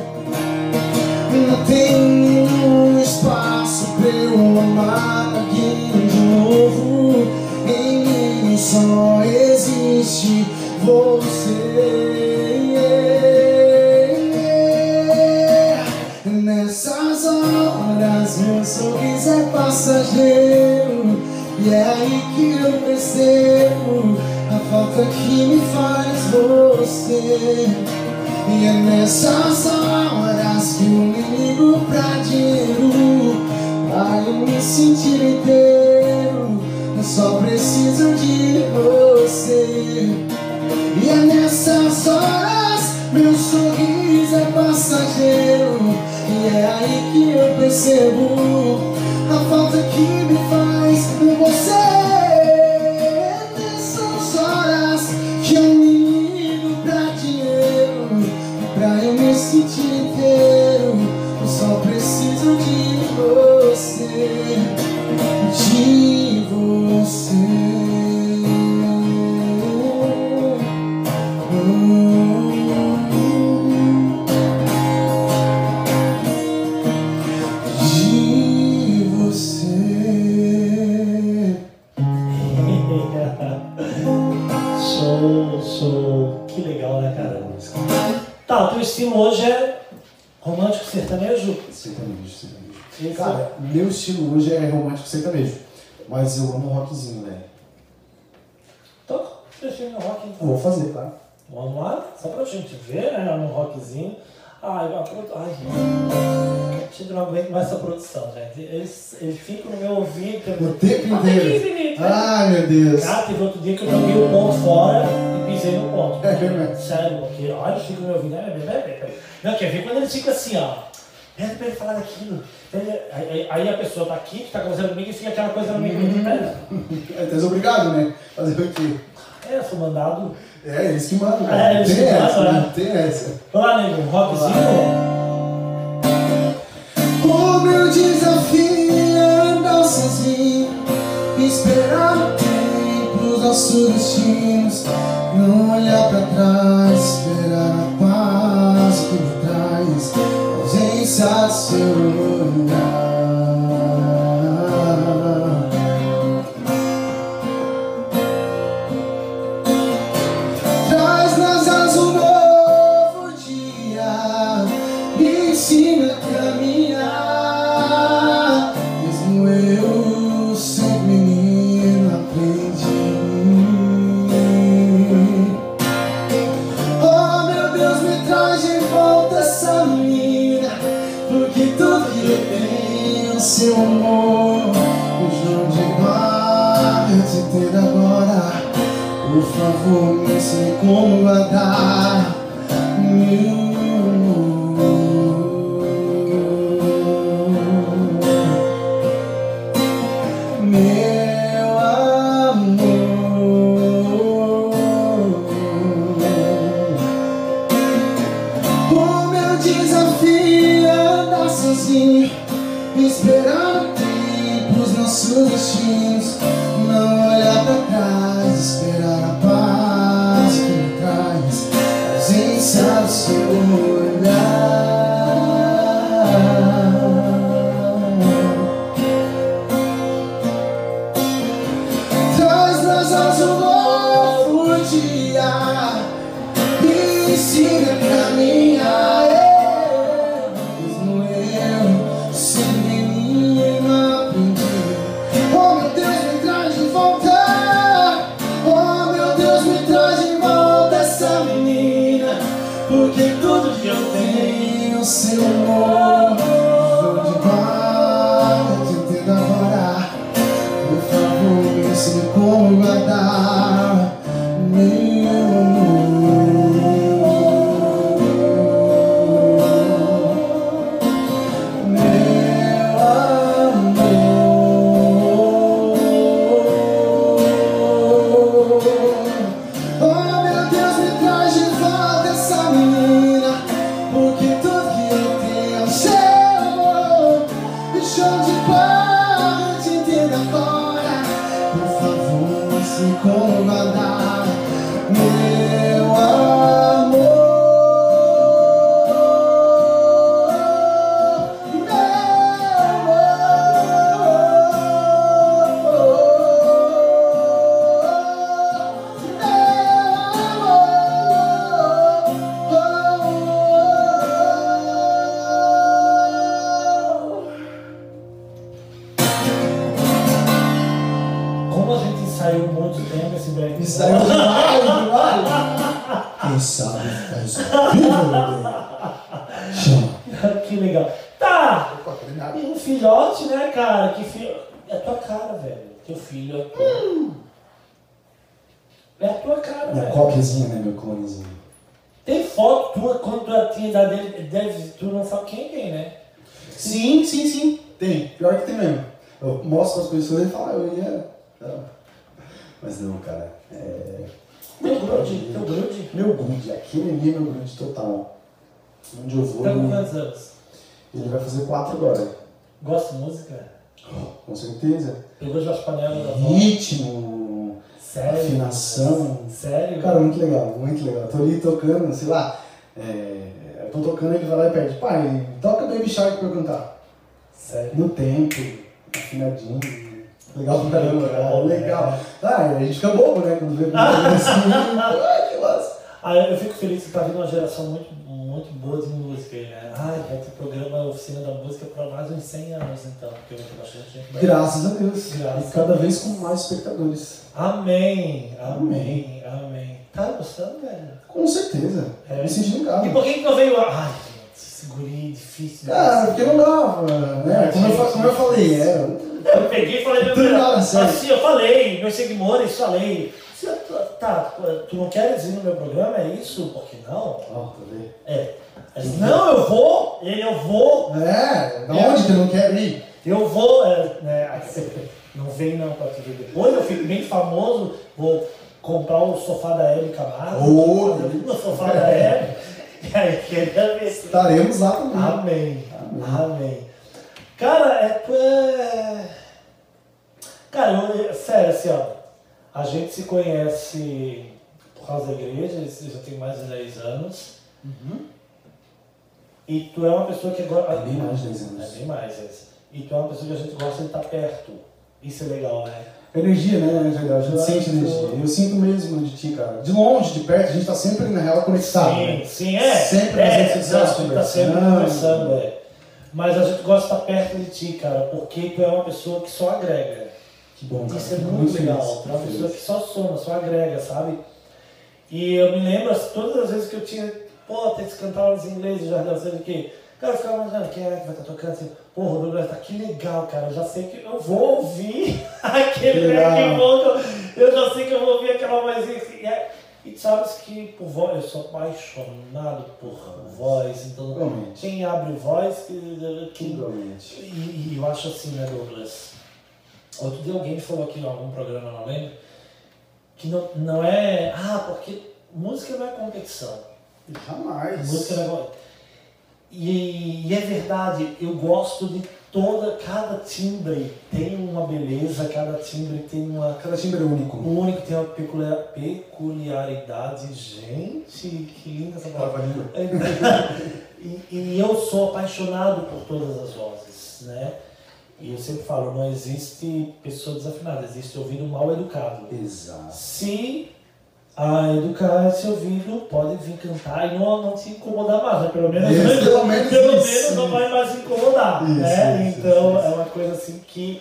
Não tem nenhum um espaço pra eu amar alguém de novo Em mim só existe você Nessas horas meu sorriso é passageiro E é aí que eu percebo a falta que me faz você E é nessas horas que eu me ligo pra dinheiro Pra eu me sentir inteiro Eu só preciso de você e é nessas horas meu sorriso é passageiro E é aí que eu percebo a falta que me faz por você É nessas horas que eu me ligo pra dinheiro Pra eu me sentir inteiro Eu só preciso de você De você de você. show, show. Que legal, né, cara? Tá, o teu estilo hoje é romântico sertanejo? sertanejo, sertanejo. Esse- Cara, meu estilo hoje é romântico sertanejo. Mas eu amo rockzinho, né? velho. Então, deixei no rock então. Eu vou fazer, tá? Vamos lá, só pra gente ver, né? Um rockzinho. Ai, uma produ... Ai, gente, não aguento mais essa produção, gente. Eles, eles ficam no meu ouvido. O tempo Até inteiro. Ah, 15 minutos, né? Ai, meu Deus. Cara, teve outro dia que eu joguei o ponto fora e pisei no ponto. É, é mesmo. Sério, porque olha, eles ficam me ouvindo. né, né, né, né. Não, quer ver quando eles ficam assim, ó. Pede pra ele falar daquilo. Pede- Aí, aí- aí a pessoa tá aqui, que tá conversando comigo, e fica aquela coisa no meio. Hum. É, Deus obrigado, né? Fazer o quê? É, eu sou mandado. É, eles que mandam. É, não eles tem que essa, mandam, não tem essa. Vamos lá, nego, um rockzinho. O meu desafio é andar sozinho, esperar o tempo, os nossos destinos, não olhar pra trás, esperar a paz que me traz, a ausência do seu olhar. Traz nas asas um novo dia Me ensina a caminhar Mesmo eu sendo menino aprendi Oh meu Deus, me traz de volta essa menina Porque tudo que eu tenho é seu amor Hoje não demais te ter agora Por favor, me ensine como guardar Meu amor meu amor o meu desafio é andar sozinho, esperando o tempo, os nossos destinos. Não olhar pra trás, esperar a paz que me traz, a ausência do seu olhar. Traz nas asas um novo dia Me ensina a caminhar é. Mesmo eu sem menina aprendi Oh meu Deus, me traz de volta Oh meu Deus, me traz de volta essa menina Porque tudo que eu tenho é o seu amor Vou de barra, te tendo agora por favor, me ensine como guardar meu amor. Meu amor. Oh, meu Deus, me traz de volta essa menina. Porque tudo que eu tenho é o seu amor. Me chama de pai, te entendo agora. Por favor, se comandar. Meu amor. Como a gente ensaiou muito tempo esse break. né? Isso daí é demais, demais. Quem sabe faz ao vivo, meu bem. Chama. que legal. Tá! Opa, obrigado. E um filhote, né, cara? Que filho. É a tua cara, velho. Teu filho é tua. É a tua cara, Minha velho. coquezinha, né, meu clonezinho. Tem foto tua quando tu tinha idade dele. Deve, tu não sabe quem tem, né? Sim, sim, sim. Tem. Pior que tem mesmo. Eu mostro as pessoas e falo, ah, eu ia. Não. Mas não, cara. É... Teu grude, teu grude. Meu grude. Aquele ali é meu grude total. Onde eu vou, Tá com ele- quantos anos? ele vai fazer quatro agora. Gosta de música? Com certeza. Pegou Jorge Panela da avó? Ritmo. Sério? Afinação. Sério? Cara, muito legal, muito legal. Tô ali tocando, sei lá. é, eu tô tocando, ele vai lá e pede, pai, toca Baby Shark pra eu cantar. Sério. No tempo, afinadinho. Legal pra caramba, cara. Legal, Legal. Ah, a gente fica bobo, né? Quando vê um assim. Ai, que massa. Ah, eu eu fico feliz que tá vindo uma geração muito, muito muito boas músicas, né? Ai, vai ter programa Oficina da Música para mais uns 100 anos, então, porque eu vou bastante gente. vai- Graças a Deus. Graças e cada vez com mais espectadores. Amém, amém, amém. Tá gostando, velho? Com certeza. É. Me sentindo em casa. E por que que não veio... a- Ai, gente, esse guri é difícil. Cara, Ah, porque não dava, né? É, Como eu, sim, fa- sim. como eu falei, é. Eu peguei e falei pra Tudo ele, na hora certa. assim, eu falei, meus seguidores, falei. "Você tá- Tá, tu não queres ir no meu programa, é isso? Por que não? Ó, tá vendo? É. Ele disse, não, eu vou, ele, eu vou, É, da onde que eu não quero ir? eu vou, é, né, aí você, não vem não pra tu ver depois, eu fico bem famoso, vou comprar o sofá da Hebe Camargo, Ô, eu vou no sofá da Hebe, e aí queria ver se... Estaremos lá também. Amém. Amém. Cara, é, tu é. Cara, eu, sério, assim, ó. A gente se conhece por causa da igreja, isso já tem mais de 10 anos. E tu é uma pessoa que gosta. Uhum. É bem mais de 10 anos. É bem mais, é. E tu é uma pessoa que a gente gosta de estar perto. Isso é legal, né? Energia, né, Angela? A gente Eu sente acho- energia. Eu sinto mesmo de ti, cara. De longe, de perto, a gente tá sempre, na real, conectado. Sim, né? sim, é. Sempre nas é, redes sociais né? exato, tá sempre conversando, é. Mas a gente gosta de estar perto de ti, cara, porque tu é uma pessoa que só agrega. Que bom, cara. Isso é Fico muito legal. feliz, Pra uma feliz. pessoa que só soma, só agrega, sabe? E eu me lembro assim, todas as vezes que eu tinha, pô, tem que cantar aulas em inglês, já não sei o que. Cara, eu ficava imaginando, quem é que vai estar tocando assim? Pô, o Douglas tá que legal, cara. Eu já sei que eu vou ouvir aquele Legal. back vocal. Eu já sei que eu vou ouvir aquela vozinha. assim, E, é- e tu sabes que por voz, eu sou apaixonado por voz. Então, Realmente. quem abre voz, que, quem Realmente. e, e eu acho assim, né, Douglas? Outro dia alguém falou aqui em algum programa, não lembro, que não, não é. Ah, porque música não é competição. Jamais. Música não é. co- E, e é verdade, eu gosto de toda. Cada timbre tem uma beleza, cada timbre tem uma. Cada timbre é único. O único tem uma peculiar, peculiaridade. Gente, que linda essa palavra. É, Trava a língua. e, e eu sou apaixonado por todas as vozes, né? E eu sempre falo, não existe pessoa desafinada, existe ouvido mal educado. Exato. Se a educar esse ouvido, pode vir cantar e não, não te incomodar mais, né? pelo menos, Isso, pelo menos pelo isso. menos não vai mais incomodar, Isso, né? isso, então isso. é uma coisa assim que,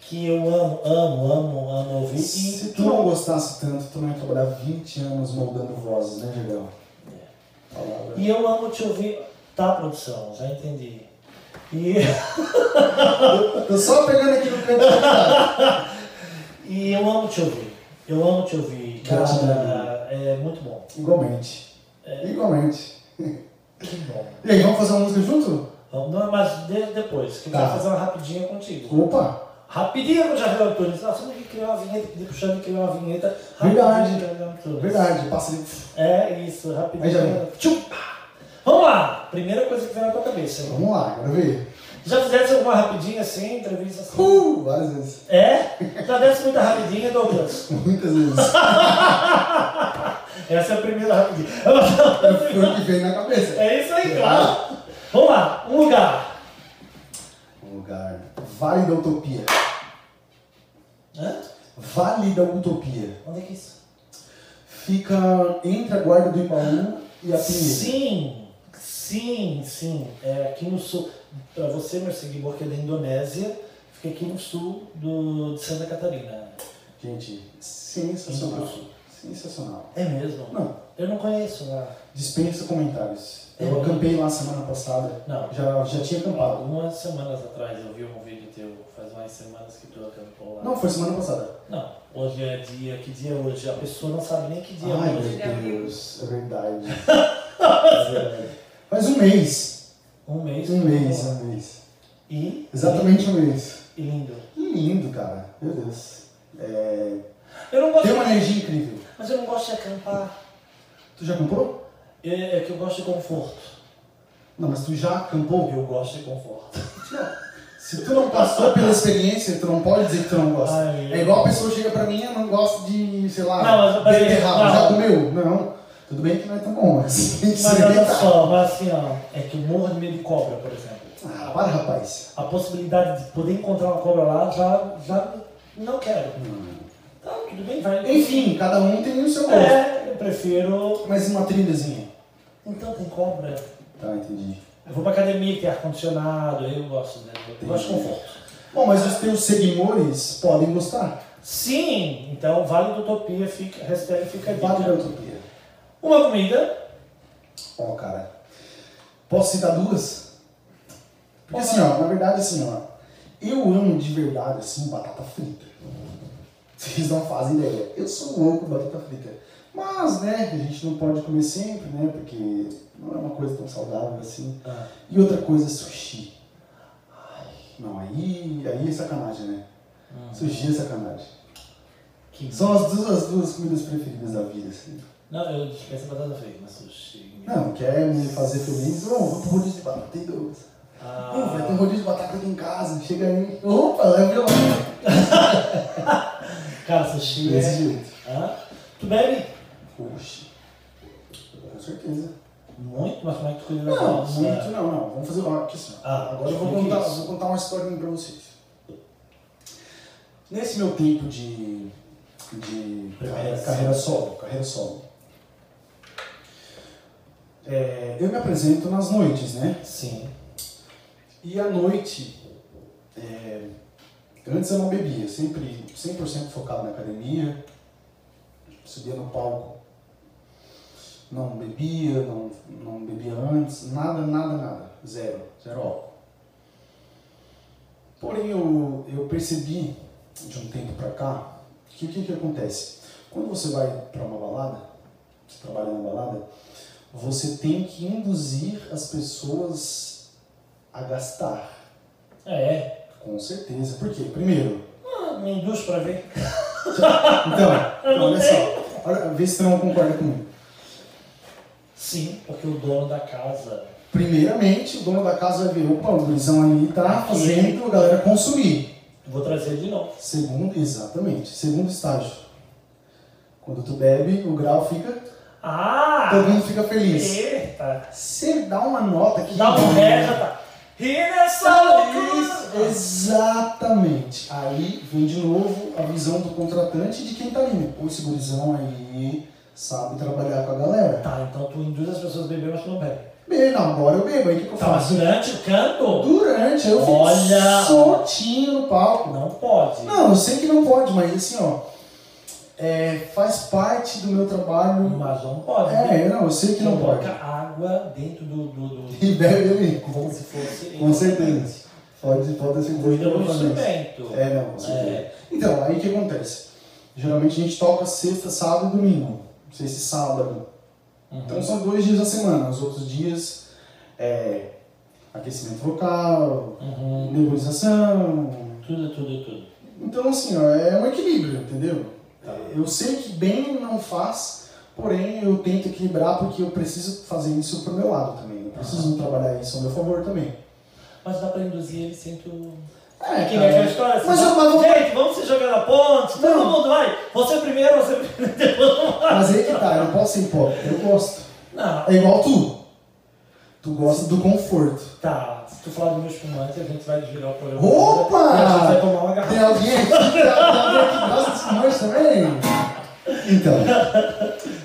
que eu amo, amo, amo, amo ouvir. E E se tu não gostasse tanto, tu não ia trabalhar 20 anos moldando vozes, né, Diegão? Palavra. E eu amo te ouvir. Tá, produção, já entendi. E, Tô só pegando aqui no cantinho, cara. e eu amo te ouvir. Eu amo te ouvir. Gratidão. Cara, é muito bom. Igualmente. Igualmente. Que bom. E aí, vamos fazer uma música junto? Vamos, não, mas de- depois, que eu Tá. quero fazer uma rapidinha contigo. Opa! Rapidinha com o Jardim Antunes. Nós temos que criar uma vinheta, pedir pro Xande criar uma vinheta. rapidinho Verdade. com o Jardim Antunes. é Verdade, passa ali. É isso, Aí já rapidinho. vem. Tchum, pá. Vamos lá! Primeira coisa que vem na tua cabeça. Vamos lá, quero ver. Já fizesse alguma rapidinha assim, entrevista assim? Uh, várias vezes. É? Já desce muita rapidinha, Douglas. Muitas vezes. Essa é a primeira rapidinha. Foi o que veio na cabeça. É isso aí, claro. Vamos lá, um lugar. Um lugar. Vale da Utopia. Hã? Vale da Utopia. Onde é que é isso? Fica entre a guarda do Ipaú e a Pinheira. Sim, sim, sim. É aqui no sul. Pra você, meu seguidor, que é da Indonésia, fica aqui no sul do, de Santa Catarina. Gente, sensacional. Sensacional. É mesmo? Não, Eu não conheço lá. dispensa comentários. Eu É. acampei lá semana passada. Não. Já, já tinha acampado. Algumas semanas atrás eu vi um vídeo teu, faz umas semanas que tu acampou lá. Não, foi semana passada. Não, hoje é dia, que dia é hoje? A pessoa não sabe nem que dia é Ai, hoje. meu Deus. É verdade. É verdade. Faz um mês. Um mês. Um mês, um mês. E? Exatamente um mês. E lindo. Que lindo, cara. Meu Deus. É, Eu não gosto Tem uma energia incrível. Mas eu não gosto de acampar. Tu já acampou? É, é que eu gosto de conforto. Não, mas tu já acampou? Eu gosto de conforto. Se tu não passou pela experiência, tu não pode dizer que tu não gosta. Ai, é igual a pessoa chega pra mim, eu não gosto de, sei lá, Não, mas- mas- beterraba. não. Já comeu? Não. Tudo bem que não é tão bom, mas... Mas olha só, mas assim, ó, é que eu morro de medo de cobra, por exemplo. Ah, para, rapaz. A possibilidade de poder encontrar uma cobra lá já, já não quero. Tá, tudo bem, vai. Enfim, cada um tem o seu gosto. É, eu prefiro Mas uma trilhazinha. Então tem cobra. Tá, entendi. Eu vou pra academia que tem ar-condicionado, eu gosto, né? Eu gosto de Entendi. conforto. Bom, mas os teus seguidores podem gostar. Sim, então Vale da Utopia fica, hashtag fica a dica. Vale da É utopia. Uma comida, Ó, cara. Posso citar duas? Porque assim, ó, na verdade, assim, ó. Eu amo de verdade, assim, batata frita. Vocês não fazem ideia. Eu sou louco por batata frita. Mas, né, a gente não pode comer sempre, né? Porque não é uma coisa tão saudável assim. Ah. E outra coisa é sushi. Não, aí, aí é sacanagem, né? Sushi é sacanagem. que São as duas, as duas comidas preferidas da vida, assim. Não, eu esqueci a batata frita, mas sushi. Não, quer me fazer feliz? Não, vou pro rodízio de batata, tem dois. Ah, Pô, vai ter um rodízio de batata aqui em casa, chega aí. Opa, leva lá. cara, sushi Desse é... jeito. Hã? Tu bebe? Poxa. Com certeza. Muito, mas como é que tu cuida da Não, balança? muito não, não. Vamos fazer uma aqui assim. ó. Ah, Agora eu vou explique contar, isso. vou contar uma historinha pra vocês. Nesse meu tempo de, de Primeira carreira, carreira solo, carreira solo. é, eu me apresento nas noites, né? Sim. E à noite, é, antes eu não bebia, sempre 100% focado na academia, subia no palco, não bebia, não, não bebia antes, nada, nada, nada, zero, zero álcool. Porém, eu, eu percebi de um tempo pra cá que o que, que acontece? Quando você vai pra uma balada, você trabalha na balada, você tem que induzir as pessoas a gastar. É, é. Com certeza. Por quê? Primeiro. Ah, me induz pra ver. Então, não olha só. Olha, vê se tu não concorda comigo. Sim, porque o dono da casa... Primeiramente, o dono da casa vai ver, opa, o gurizão ali tá fazendo a galera consumir. Eu Vou trazer de novo. Segundo, exatamente. Segundo estágio. Quando tu bebe, o grau fica. Todo Ah! mundo fica feliz. Eita! Você dá uma nota que. Dá Tá um ré, já tá. E nessa Isso, loucura! Exatamente. Aí vem de novo a visão do contratante e de quem tá ali. Pô, esse gurizão aí sabe trabalhar com a galera. Tá, então tu induz as pessoas a beber, mas tu não bebe. Bebo, não, agora eu bebo, aí o que, que eu Tá, mas faço? durante o canto, Durante, eu fico Olha! soltinho no palco. não pode. Não, eu sei que não pode, mas assim, ó. é, faz parte do meu trabalho. Mas não pode. É, eu não, eu sei que não Coloca pode. água dentro do. do, do- E bebe ali. como se fosse. Com certeza. Pode, pode ter Cuida do certeza. completamente. instrumento. É, não, com certeza. É. Então, aí o que acontece? Geralmente a gente toca sexta, sábado e domingo. Sexta e sábado. Uhum. Então são dois dias da semana. Os outros dias é aquecimento vocal, Uhum. nebulização. Tudo, tudo, tudo. Então assim, ó, é um equilíbrio, entendeu? Tá. Eu sei que bem não faz, porém eu tento equilibrar porque eu preciso fazer isso pro meu lado também. Eu preciso trabalhar isso ao meu favor também. Mas dá pra induzir ele sem tu. É, Quem é aquela cara. história? Mas Você eu- vai- mas eu- Gente, vamos se jogar na ponte, todo Não. mundo vai. Você é primeiro, você primeiro, depois vamos lá. Mas aí que tá, eu não posso ser hipócrita, eu gosto. Não, É igual tu. Tu gosta do conforto. tá. Se tu falar do meu espumante, a gente vai desligar o programa. Opa! E a gente vai tomar uma garrafa. Tem alguém aqui, tem alguém que gosta de mancha também? Então,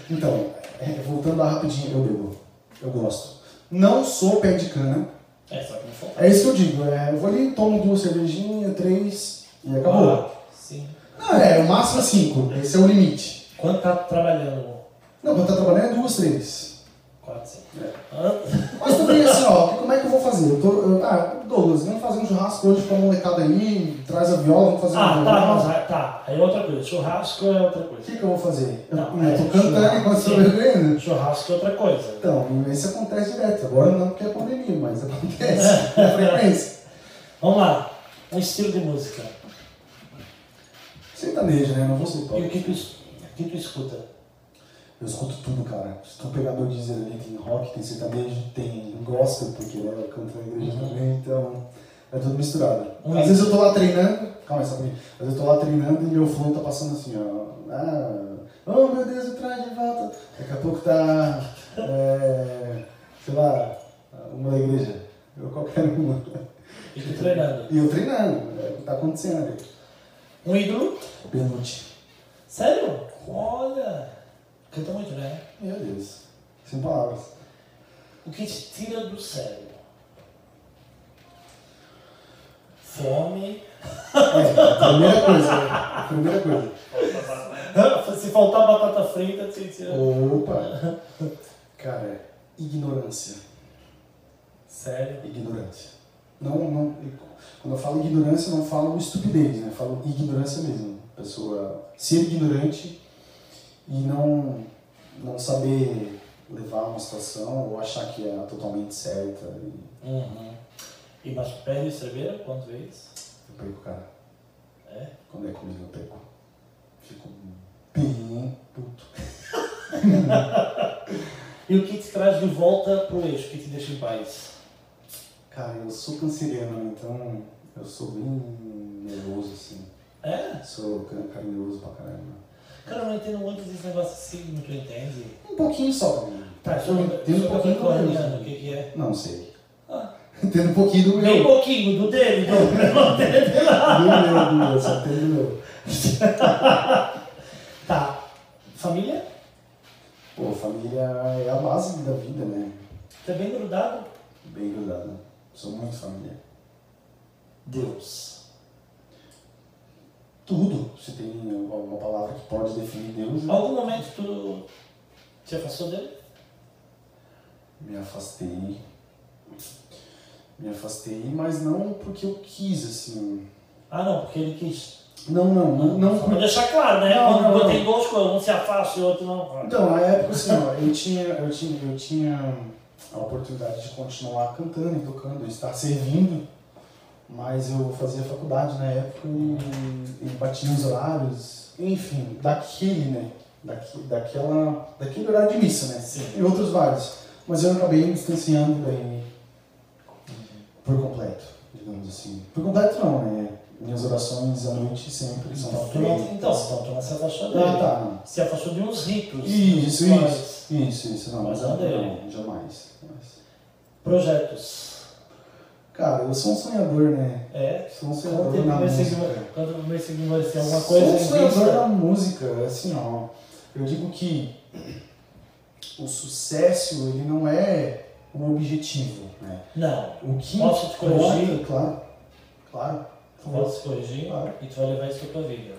então é, voltando lá rapidinho, eu bebo. Eu gosto. Não sou pé de cana. É só que me falta. É isso que eu digo. É, eu vou ali, tomo duas cervejinhas, três e acabou. Ah, sim. Ah, é, o máximo é cinco. Esse é o limite. Quando tá trabalhando, Não, quando tá trabalhando é duas, três. quatro, cinco. É. Hã? Mas também assim, ó, como é que eu vou fazer? Eu tô, eu- ah, Douglas, vamos fazer um churrasco hoje pra molecada aí, traz a viola, vamos fazer Ah, um tá, violão. mas aí- tá. Aí é outra coisa. Churrasco é outra O coisa. que, que eu vou fazer? Eu, Não, eu é, tô cantando enquanto estou sim. bebendo. Churrasco é outra coisa. Então, isso acontece direto. Agora não porque é pandemia, mas acontece É. na frequência. Vamos lá. Um estilo de música. Sertanejo, né? Não vou ser E o pobre. que tu, es- o que tu escuta? Eu escuto tudo, cara. Se tu pegar meu Deezer ali, tem rock, tem sertanejo, tem gospel, porque né, eu canto na igreja também, então é tudo misturado. Hum. Às vezes eu tô lá treinando, calma aí, só um pouquinho. Às vezes eu tô lá treinando e meu flow tá passando assim, ó. Ah, oh meu Deus, o traje de volta. Daqui a pouco tá, é, sei lá, uma da igreja, ou qualquer uma. E tu treinando. E eu treinando, é o que tá acontecendo ali. Um ídolo? Penúltimo. Sério? Olha. Canta muito, né? Meu Deus, sem palavras. O que te tira do sério? Fome. É, a primeira coisa. A primeira coisa. Ah, Se faltar batata frita, te tira. Opa! Cara, ignorância. Sério? Ignorância. Não, não, quando eu falo ignorância, eu não falo estupidez, né? Eu falo ignorância mesmo. Pessoa ser ignorante e não, não saber levar uma situação ou achar que é totalmente certa. E Uhum. E mas perde cerveja quantas vezes? eu perco, cara. É? Quando é comigo, eu perco. Fico bem puto. E o que te traz de volta pro eixo, o que te deixa em paz? Cara, eu sou canceriano, então eu sou bem nervoso, assim. É? Sou ca- carinhoso pra caramba. Cara, eu não entendo muito desse negócio de signo, tu entende? Um pouquinho só. Tá, eu entendo um pouquinho como capricorniano, o Deus. que que é? Não sei. Ah. Entendo um pouquinho do Nem meu. um pouquinho, do dele, do do dele lá. Do meu, do meu, só entendo do meu. Tá. Família? Pô, família é a base da vida, né? Tá bem grudado? Bem grudada. Sou muito família. Deus. Tudo. Se tem alguma palavra que pode definir Deus, Em eu algum momento tu te afastou dele? me afastei. Me afastei, mas não porque eu quis, assim. Ah não, porque ele quis. Não, não, não, não Pra deixar claro, né? Não, não, Quando não. tem dois coisas, um se afasta e o outro não. Ah, Então, na época, assim, ó, eu tinha, eu tinha, eu tinha a oportunidade de continuar cantando e tocando, estar servindo, mas eu fazia faculdade na época e, e batia os horários, enfim, daquele, né? Daqui, daquela, daquele horário de missa, né? Sim. E outros vários. Mas eu acabei me distanciando daí Uhum. por completo, digamos assim. Por completo não, né? Minhas orações à noite sempre são Então, tu não, então, então, tu não se afastou dele. Ah, tá, não. Se afastou de uns ritos. Isso, Mas- isso, isso, isso, não, Mas mas não não, deu. não, jamais, jamais. Projetos. Cara, eu sou um sonhador, né? É. Sou um Quando sonhador teve na meu música. seguidor- quando o meu seguidor disse alguma sou coisa um em sonhador vista. na música, assim, ó. Eu digo que o sucesso, ele não é um objetivo, né? Não. O que Posso te corrigir? importa- Claro, claro. Tu vai se corrigir Claro. e tu vai levar isso pra tua vida.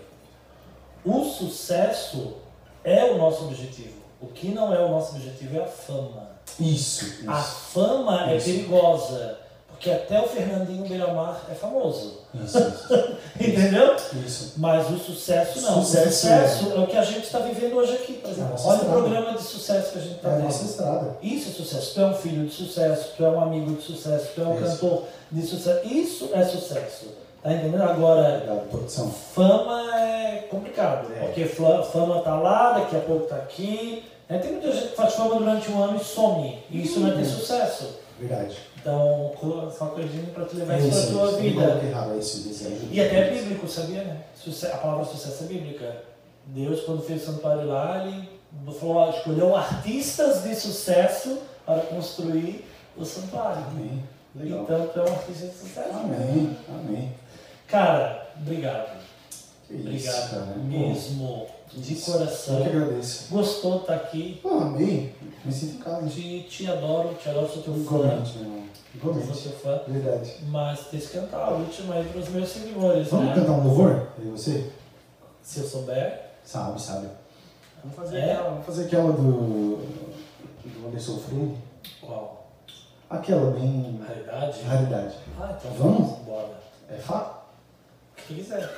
O sucesso é o nosso objetivo. O que não é o nosso objetivo é a fama. Isso, isso. A fama Isso. é perigosa. Porque até o Fernandinho Beiramar é famoso. Isso, isso, Entendeu? isso. Mas o sucesso não. o Sucesso sucesso é o que a gente está vivendo hoje aqui. Por exemplo, É a nossa olha o estrada. programa de sucesso que a gente É está a tendo. nossa estrada. Isso é sucesso. Tu é um filho de sucesso, tu é um amigo de sucesso, tu é um Isso. cantor de sucesso. Isso é sucesso. Tá entendendo? Agora, Obrigado, produção. fama é complicado, É. porque fla- fama tá lá, daqui a pouco tá aqui. né? Tem muita gente que faz fama durante um ano e some. E isso Uhum. não é ter sucesso. Verdade. Então, co- só corrigindo para tu levar É isso isso, pra tua isso. Não vida. coloquei errado, é isso, desejo. E até é bíblico, sabia? né? Suce- A palavra sucesso é bíblica. Deus, quando fez o santuário lá, ele falou, ó, escolheu artistas de sucesso para construir o santuário. Amém. Legal. Então, tu é um artista de sucesso. Amém, amém. Cara, obrigado. Que Obrigado isso, cara. é mesmo, de Isso. coração. Eu que agradeço. Gostou de estar aqui? Pô, amei. Me sinto em casa. gente. Te, te adoro, te adoro, sou teu fã. Igualmente, meu irmão. Sou Igualmente. teu fã. Verdade. Mas tem que cantar a última aí para os meus seguidores, Vamos né? cantar um louvor? E você? Se eu souber. é? Sabe, sabe. Vamos fazer aquela- aquela. Vamos fazer aquela do. do Anderson Freire. Qual? Aquela bem. Raridade? Raridade. Ah, então Vamos? vamos embora. É Fá? O que quiser.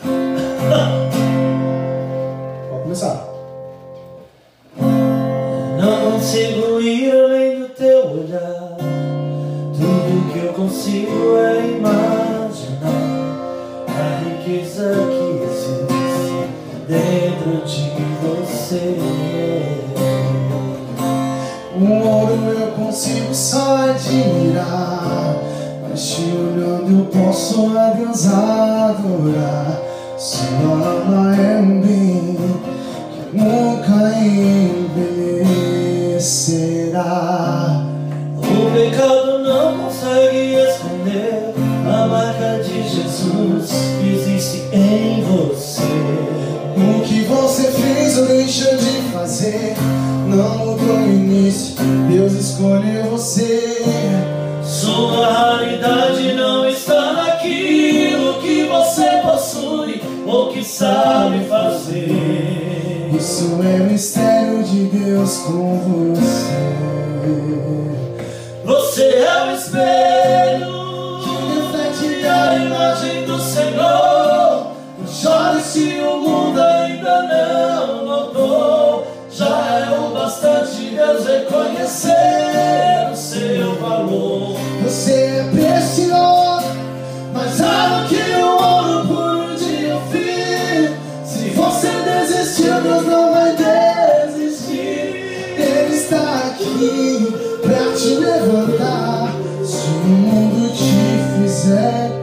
Pode começar. Não consigo ir além do teu olhar. Tudo que eu consigo é imaginar a riqueza que existe dentro de você. Um ouro eu consigo só admirar. Mas te olhando eu posso a Deus adorar. Sua alma é um bem que nunca envelhecerá. O pecado não consegue esconder a marca de Jesus que existe em você. O que você você fez ou deixou de fazer Não mudou o início, Deus escolheu você Sua raridade não está naquilo que você possui ou que sabe fazer. Isso é o mistério de Deus com você Você é o espelho que reflete a imagem do Senhor. Chore se o mundo ainda não notou. Já é o bastante Deus reconhecer o seu valor. Você é precioso, Mas há no que o ouro um puro de Ofir. Se você desistiu, Deus não vai desistir. Ele está aqui pra te levantar Se o mundo te fizer cair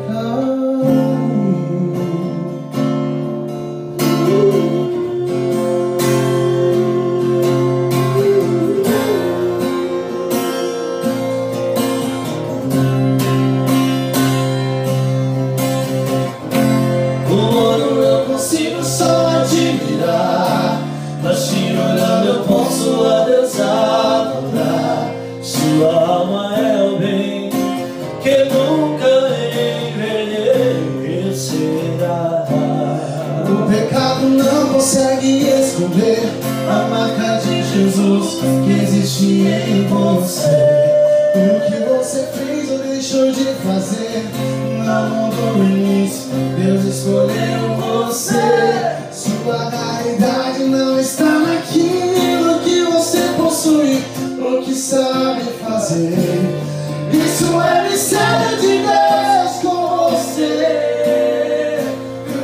O ouro eu consigo só admirar. Mas te olhando eu posso a Deus adorar. Sua alma é o bem que nunca envelhecerá. O pecado não consegue esconder a marca de Jesus que existe em você. O que você fez ou deixou de fazer não mudou o início. Deus escolheu você. Sua raridade não está naquilo que você possui ou que sabe fazer. Isso é mistério de Deus com você.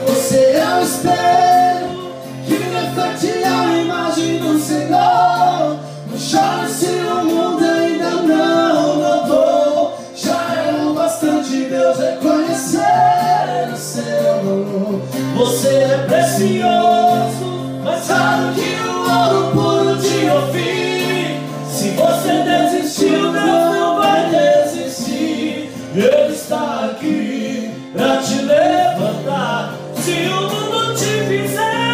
Você é o espelho que reflete a imagem do Senhor. Não chore se o mundo ainda não notou. Já é o bastante Deus reconhecer o seu valor. Você é precioso, mais raro que o ouro puro de Ofir. Se você desistiu, Deus não vai desistir. Ele está aqui pra te levantar. Se o mundo te fizer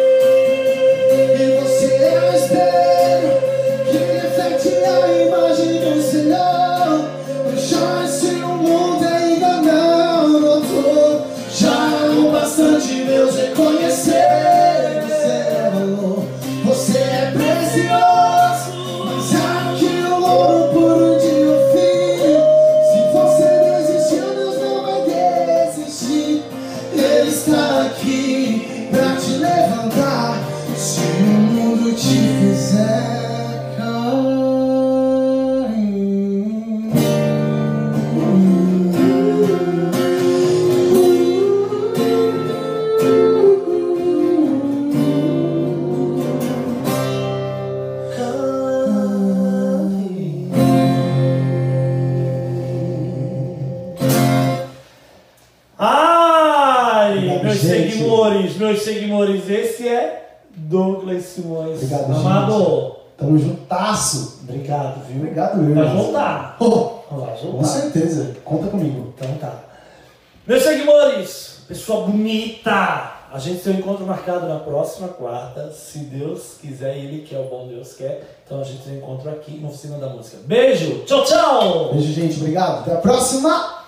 cair. E você é o espelho que reflete a imagem do Senhor. Não chore se o mundo ainda não notou. Já é o bastante Deus reconhecer o seu valor. Você é precioso, mas há que o ouro puro de um filho. Se você desistiu, Deus não vai desistir. Ele está aqui pra te levantar. Se o mundo te fizer cair. Ai, meus gente. seguidores, meus seguidores, esse é Douglas Simões. Obrigado, Amado. Tamo juntasso. Obrigado, viu? Obrigado mesmo. Vai voltar. Oh, Vai com voltar. certeza. Conta comigo. Então tá. Meus seguidores, pessoa bonita, a gente tem um encontro marcado na próxima quarta, se Deus quiser, Ele que é o bom Deus quer. Então a gente tem um encontro aqui na Oficina da Música. Beijo, tchau, tchau! Beijo, gente. Obrigado. Até a próxima.